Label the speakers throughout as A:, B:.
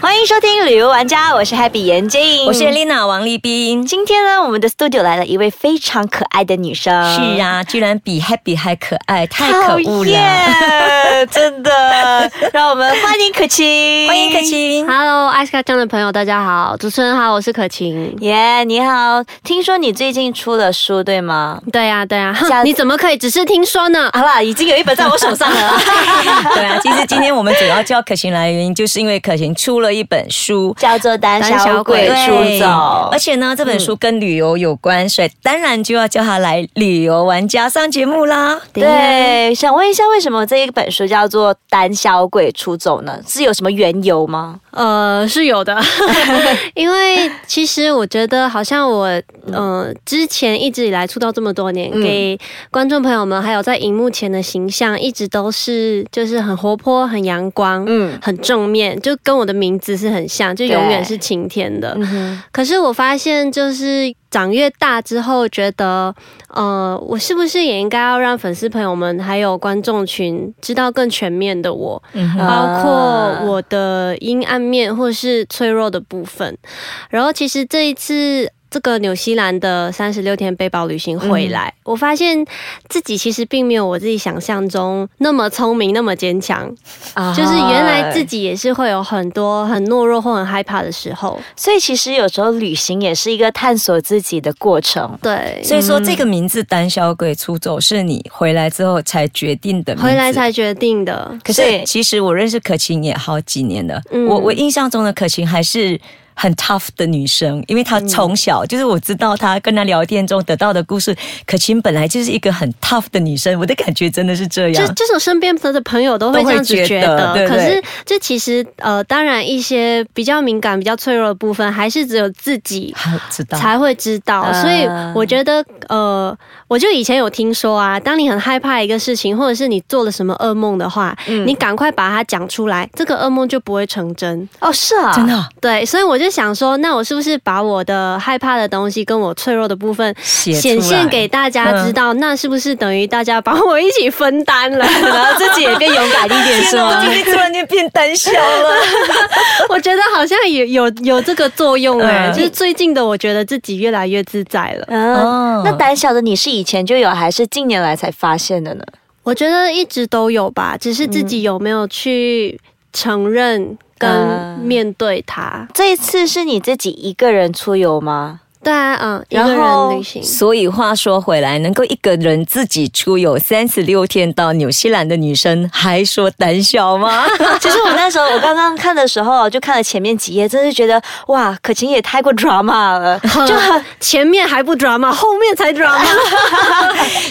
A: 欢迎收听《旅游玩家》，我是 Happy 严静，
B: 嗯
C: 我是 Lina 王立斌。
A: 今天呢，我们的 studio 来了一位非常可爱的女
B: 呃
A: 生。
C: 是，啊，居然比 Happy 还可爱，太可
A: 讨
C: 恶了！
A: 厌，真的。让我们欢迎可晴，
C: 欢迎可。 晴，
B: Hello，艾斯卡酱的朋友，大家好，主持人好，我是可晴。
A: 耶你好！听说你最近出了书，对吗？
B: 对呀、对呀、
A: 下
B: 哼你怎么可以只是听说呢？
A: 好啦，已经有一本在我手上了。
C: 对啊，其实今天我们主要叫可晴来的原因，就是因为可晴出了一本书。
A: 叫做《胆小鬼
C: 对
A: 出走
C: 而》，且呢，这本书跟旅游有关，所以当然就要叫他来旅游玩家上节目
B: 嗯
C: 啦。
A: 对，想问一下，为什么这一本书叫做《胆小鬼出走》呢？是有什么缘由吗？
B: 呃，是 有的，因为其实我觉得好像我，呃，之前一直以来出道这么多年，
A: 嗯
B: 给观众朋友们还有在荧幕前的形象，一直都是就是很活泼、很阳光、
A: 嗯
B: 很正面，就跟我的名字是很像，就永远
A: 对
B: 是晴天的。
A: 嗯哼，
B: 可是我发现，就是长越大之后，觉得，呃，我是不是也应该要让粉丝朋友们还有观众群知道更全面的我，
C: 嗯哼，
B: 包
A: 啊
B: 括我的阴暗面或是脆弱的部分。然后，其实这一次。这个纽西兰的三十六天背包旅行回来，
C: 嗯
B: 我发现自己其实并没有我自己想象中那么聪明、那么坚强。
C: 啊
B: 就是原来自
A: 己，
B: 己也是会有很多很懦弱或很害怕的时候。
A: 所以其实有时候旅行也是一个探索自己的过程。
B: 对，
C: 所以说这个名字“胆小鬼出走”是你回来之后才决定的名字。
B: 回来才决定的。
C: 可
A: 对
C: 是其实我认识可晴也好几年了，
B: 嗯
C: 我我印象中的可晴还是。很 tough 的女生，因为她从小、就是我知道她跟她聊天中得到的故事，可晴本来就是一个很 tough 的女生，我的感觉真的是这
B: 就
C: 样。
B: 就是我身边的朋友都会这样子觉
C: 都会
B: 得，
C: 觉得对
B: 可
C: 对
B: 是这其实呃，当然一些比较敏感、比较脆弱的部分，还是只有自己
C: 好，呃知道。
B: 才会知道。
A: 啊
B: 所以我觉得呃，我就以前有听说啊，当你很害怕一个事情，或者是你做了什么噩梦的话，
C: 嗯
B: 你赶快把它讲出来，这个噩梦就不会成真。
A: 哦，是啊，
C: 真 的啊
B: 对，所以我就想说，那我是不是把我的害怕的东西跟我脆弱的部分
C: 写出来嗯
B: 显现给大家知道，那是不是等于大家把我一起分担 了？然后自己也变勇敢一点，
C: 天哪 我今天突然间变胆小了。
B: 我觉得好像有有有这个作用哎、
C: 嗯
B: 就是最近的，我觉得自己越来越自在了。
A: 嗯。
C: 哦
A: 那胆小的你是以前就有，还是近年来才发现的呢？
B: 我觉得一直都有吧，只是自己有没有去承认
A: 嗯
B: 跟面对它。
A: 这一次是你自己一个人出游吗？
B: 对啊，嗯，一
A: 然后
B: 个人旅行。
C: 所以话说回来，能够一个人自己出游三十六天到纽西兰的女生，还说胆小吗？
A: 其实我那时候，我刚刚看的时候，就看了前面几页，真是觉得哇，可晴也太过 drama 了，就
B: 就前面还不 drama，后面才 drama。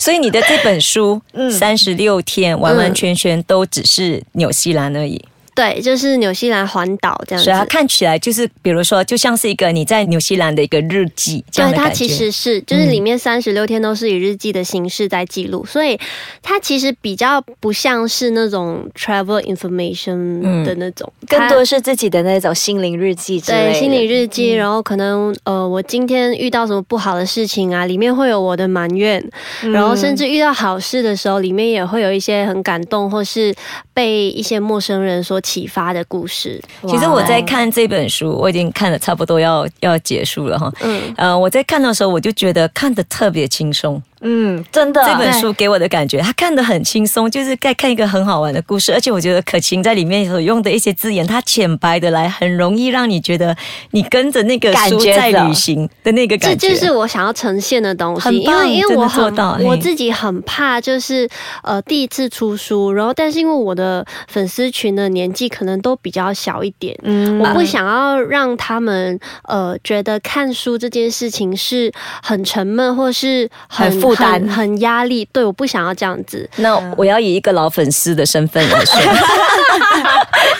C: 所以你的这本书
B: 嗯
C: 三十六天完完全全都只是纽西兰而已，
B: 对，就是纽西兰环岛这样
C: 所以它
B: 子。
C: 看起来就是，比如说，就像是一个你在纽西兰的一个日记这样
B: 对，
C: 的
B: 它
C: 感觉。嗯
B: 其实是就是里面三十六天都是以日记的形式在记录，所以它其实比较不像是那种 travel information
C: 嗯
B: 的那种，
A: 更
B: 它
A: 多是自己的那种心灵日记之类的。
B: 对心理日记，然后可能
C: 嗯
B: 呃，我今天遇到什么不好的事情啊，里面会有我的埋怨，
C: 嗯
B: 然后甚至遇到好事的时候，里面也会有一些很感动或是被一些陌生人所启发的故事。
C: 其实我在看这本书，我已经看了差不多要要结束了哈。
B: 嗯，
C: 呃，我在看的时候，我就觉得看得特别轻松。
A: 嗯，真的
C: 这本书给我的感觉，他看得很轻松，就是在看一个很好玩的故事。而且我觉得可晴在里面所用的一些字眼，它浅白的来，很容易让你觉得你跟着那个
A: 感
C: 书
A: 觉
C: 在
A: 走
C: 旅行的那个
B: 这
C: 感觉。
B: 就是我想要呈现的东西，
C: 很
B: 因
C: 棒
B: 为因为
C: 真的
B: 我
C: 做到
B: 很我
C: 嘿
B: 自己很怕，就是呃第一次出书，然后但是因为我的粉丝群的年纪可能都比较小一点，
A: 嗯
B: 我不想要让他们呃觉得看书这件事情是很沉闷或是
A: 很负担
B: 很很压力。对，我不想要这样子。
C: 那我要以一个老粉丝的身份来说，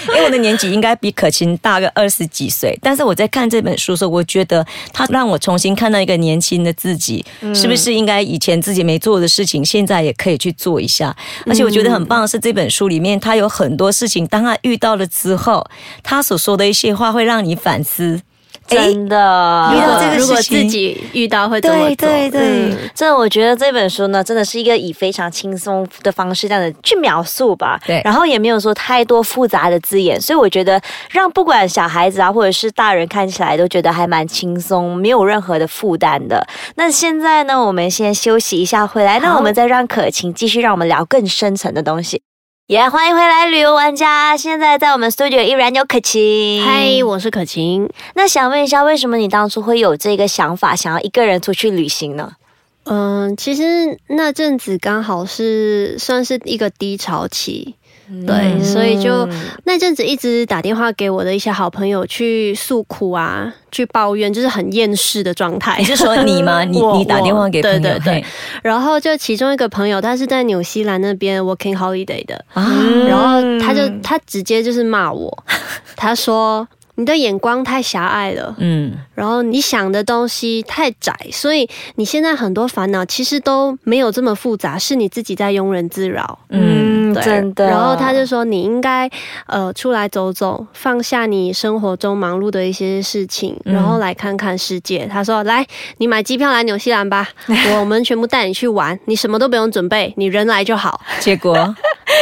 C: 因为我的年纪应该比可晴大个二十几岁，但是我在看这本书的时候，我觉得它让我重新看到一个年轻的自己，
B: 嗯
C: 是不是应该以前自己没做的事情，现在也可以去做一下？
B: 嗯
C: 而且我觉得很棒的是，这本书里面它有很多事情，当他遇到了之后，他所说的一些话会让你反思。
A: 真的，
C: 遇
B: 如
C: 到
B: 果
C: 啊这个
B: 如果
C: 事情
B: 自己遇到会怎么
C: 对
B: 做？
C: 对对，
A: 这我觉得这本书呢，真的是一个以非常轻松的方式这样的去描述吧。
C: 对
A: 然后也没有说太多复杂的字眼，所以我觉得让不管小孩子啊，或者是大人看起来都觉得还蛮轻松，没有任何的负担的。那现在呢，我们先休息一下，回来那我们再让可晴继续让我们聊更深层的东西。也、欢迎回来，旅游玩家。现在在我们 studio 依然有可晴。
B: 嗨，我是可晴。
A: 那想问一下，为什么你当初会有这个想法，想要一个人出去旅行呢？
B: 嗯，其实那阵子刚好是算是一个低潮期，
C: 嗯
B: 对，所以就那阵子一直打电话给我的一些好朋友去诉苦啊，去抱怨，就是很厌世的状态
C: 你。是说你 吗？你
B: 我
C: 你打电话给
B: 我
C: 朋友？
B: 对对对
C: 嘿
B: 然后就其中一个朋友，他是在纽西兰那边 working holiday 的，
C: 啊，
B: 然后他就他直接就是骂我，他说你的眼光太狭隘了，
C: 嗯，
B: 然后你想的东西太窄，所以你现在很多烦恼其实都没有这么复杂，是你自己在庸人自扰。
A: 嗯，
B: 对
A: 真的。
B: 然后他就说你应该呃出来走走，放下你生活中忙碌的一些事情，
A: 嗯
B: 然后来看看世界。他说来，你买机票来纽西 兰吧，我们全部带你去玩，你什么都不用准备，你人来 就好。
C: 结果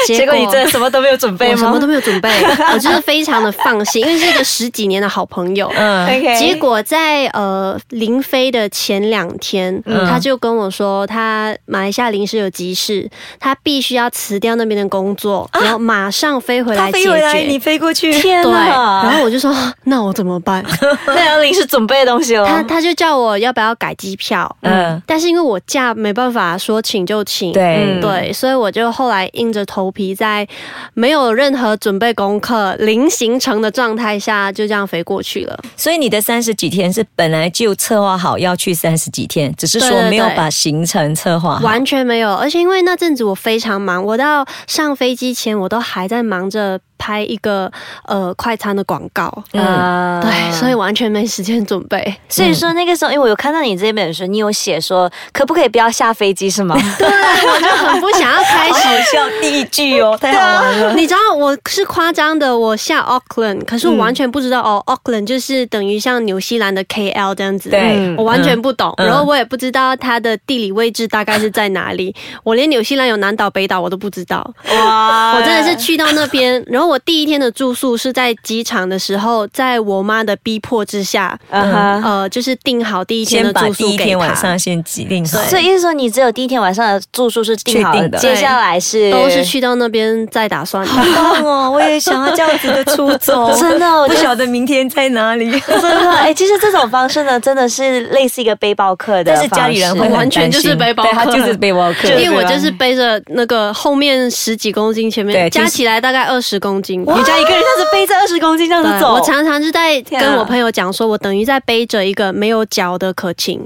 B: 结果
A: 的什么都没有准
B: 我什么都没有准备，我就是非常的放心，因为是一个十几年的好朋友。
C: 嗯，
D: OK，
B: 结果在呃临飞的前两天，
C: 嗯
B: 他就跟我说，他马来西亚临时有急事，他必须要辞掉那边的工作，然后马上飞回来解决。
C: 飞过去
A: 天
B: 对，然
A: 哪！
B: 后我就说，那我怎么办？
A: 那要临时准备的东西
B: 他
A: 了。
B: 他就叫我要不要改机票，
C: 嗯，
B: 但是因为我假没办法说请就请，
C: 对
A: 嗯
B: 对，所以我就后来硬着头皮，在没有任何准备功课、零行程的状态下，就这样飞过去了。
C: 所以你的三十几天是本来就策划好要去三十几天，只是
B: 对
C: 说
B: 对
C: 没有
B: 对
C: 把行程策划好。
B: 完全没有，而且因为那阵子我非常忙，我到上飞机前我都还在忙着拍一个呃快餐的广告，
C: 嗯，
A: 啊
B: 对，所以完全没时间准 备。
A: 所以说那个时候，因为我有看到你这本书，你有写说可不可以不要下飞机是 吗？
B: 对，我就很不想要开始。
C: 好笑第一句哦，太好玩了。
B: 你知道我是夸张的，我下 Auckland，可是我完全不知道、
C: 嗯
B: 哦，Auckland 就是等于像纽西兰的 KL 这样子，
C: 对
B: 我完全不懂，
C: 嗯
B: 然后我也不知道它的地理位置大概是在哪里，我连纽西兰有南岛北岛我都不知道，
C: 嗯
A: 哇
B: 我真
C: 哎
B: 的是去到那边，然后我第一天的住宿是在机场的时候，在我妈的逼迫之下，
A: 啊哈。
B: 呃，就是订好第一天
C: 先
B: 的
C: 把
B: 住
C: 第
B: 宿
C: 一
B: 给
C: 天晚
B: 她
C: 上，先指定好。
A: 所以意思说，你只有第一天晚上的住宿是定好
C: 确
A: 的，
C: 定的
A: 接下来是
B: 都是去到那边再 打算的。
C: 棒哦，我也想要这样子的出走
A: 真的，我
C: 不
A: 觉得
C: 晓得明天在哪里。
A: 真的，哎，其实这种方式呢，真的是类似一个背包客的方式，
C: 但是家里人会很
B: 完全
C: 担
B: 就是
C: 心
B: 背包
C: 对他
B: 客
C: 就是背包客，
B: 因为我就是背着那个后面十几公斤，前面
C: 对
B: 加起来大概二十公斤吧。
A: 你家一个人这样子背着二十公斤这样子
B: 对
A: 走，
B: 我常常是在
A: 天啊
B: 跟我朋友讲，说我等于在背着一个没有脚的可 晴，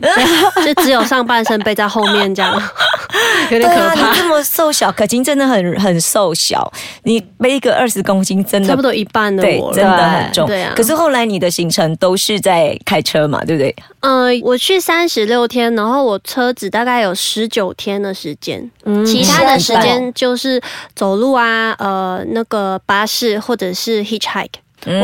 B: 就只有上半身背在后面这样，有点
C: 对
B: 可
C: 啊，
B: 怕
C: 你，这么瘦小，可晴真的很很瘦小，你背一个二十公斤真
B: 差
C: 的
B: 不。多一半的
C: 对
B: 我，了。
C: 真的很重。
B: 对啊
C: 可是后来你的行程都是在开车嘛，对不对？
B: 嗯，我去三十六天，然后我车子大概有十九天的时间，
A: 嗯
B: 其他的时间就是走路啊，呃，那个巴士或者是 hitchhike。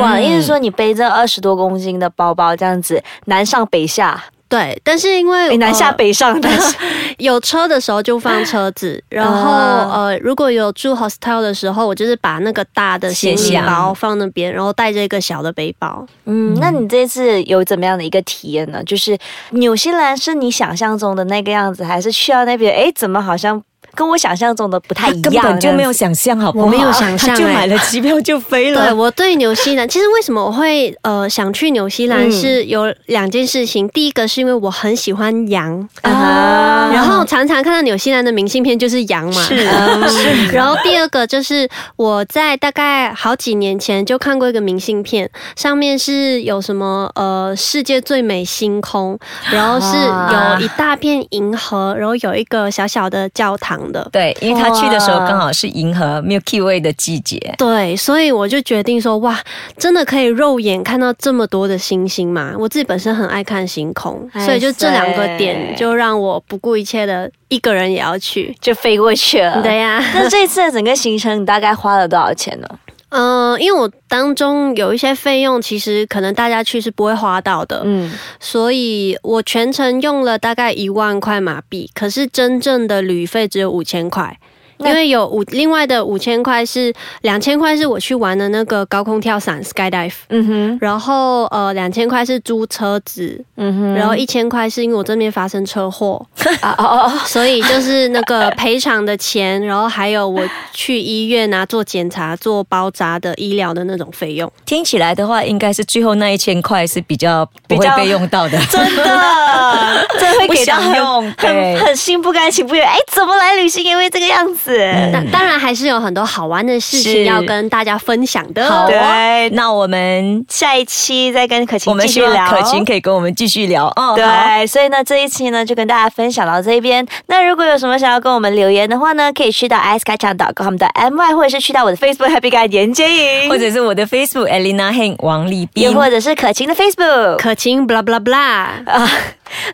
A: 哇，意思
C: 思
A: 说你背着二十多公斤的包包这样子，南上北下，
B: 对，但是因为、
A: 诶南下
B: 呃
A: 北上，但是
B: 有车的时候就放车 子，然后
A: 啊
B: 呃，如果有住 hostel 的时候，我就是把那个大的行
C: 卸
B: 李
C: 下
B: 包放那边，然后带着一个小的背包。
A: 嗯，那你这次有怎么样的一个体验呢？就是纽西兰是你想象中的那个样子，还是去到那边，哎，怎么好像跟我想象中的不太一样？
C: 根本就没有
A: 这样子
C: 想象，好不好？
B: 我没有想象
C: 他就
B: 哎
C: 买了机票就飞
B: 对
C: 了。
B: 我对纽 西兰，其实为什么我会呃想去纽西
C: 嗯
B: 兰是有两件事情，第一个是因为我很喜欢羊，呃
A: 啊
B: 然后常常看到纽西兰的明信片就是羊嘛，
C: 是
B: 嗯 然后第二个就是我在大概好几年前就看过一个明信片，上面是有什么呃世界最美星空，然后是
A: 啊
B: 有一大片银河，然后有一个小小的教堂的。
C: 对，因为他去的时候
A: 哇
C: 刚好是银河 Milky Way 的季节。
B: 对，所以我就决定说，哇，真的可以肉眼看到这么多的星星吗？我自己本身很爱看星空，
A: 哎
B: 所以就这两个
A: 塞
B: 点就让我不顾一切的一个人也要去。
A: 就飞过去了。
B: 对。呀、
A: 那这次的整个行程你大概花了多少钱呢？
B: 嗯、因为我当中有一些费用，其实可能大家去是不会花到的，
A: 嗯，
B: 所以我全程用了大概一万块马币，可是真正的旅费只有五千块。因
A: 那
B: 为有五，另外的五千块是两千块是我去玩的那个高空跳伞 skydive，
A: 嗯哼，
B: 然后呃两千块是租车子，
A: 嗯哼，
B: 然后一千块是因为我这边发生车祸，
A: 啊哦哦哦，
B: 所以就是那个赔偿的钱，然后还有我去医院啊做检查、做包扎的医疗的那种费用。
C: 听起来的话，应该是最后那一千块是比较不
A: 比
C: 会
A: 较
C: 被用 到的。
A: 真的，真的会给到
C: 不想
A: 很
C: 用
A: 很
C: 对
A: 很心不甘情不愿。哎，怎么来旅行也会这个样子？
C: 嗯
B: 但当然还是有很多好玩的事
C: 是
B: 情要跟大家分享的。
C: 好
A: 对
C: 啊，那我们
A: 下一期再跟可
C: 我
A: 晴
C: 们
A: 继
C: 希
A: 续
C: 望
A: 聊。
C: 可晴可以跟我们继续聊哦。好
A: 对，所以呢，这一期呢就跟大家分享到这边。那如果有什么想要跟我们留言的话呢，可以去到 i c e k a c h a n com 的 my，或者是去到我的 Facebook Happy Guy 严洁莹，
C: 或者是我的 Facebook Elena Heng 王立
A: 也
C: 斌，
A: 或者是可晴的 Facebook 啊
B: 可晴，blah blah blah。
A: 啊。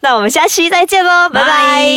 A: 那我们下期再见喽，拜拜。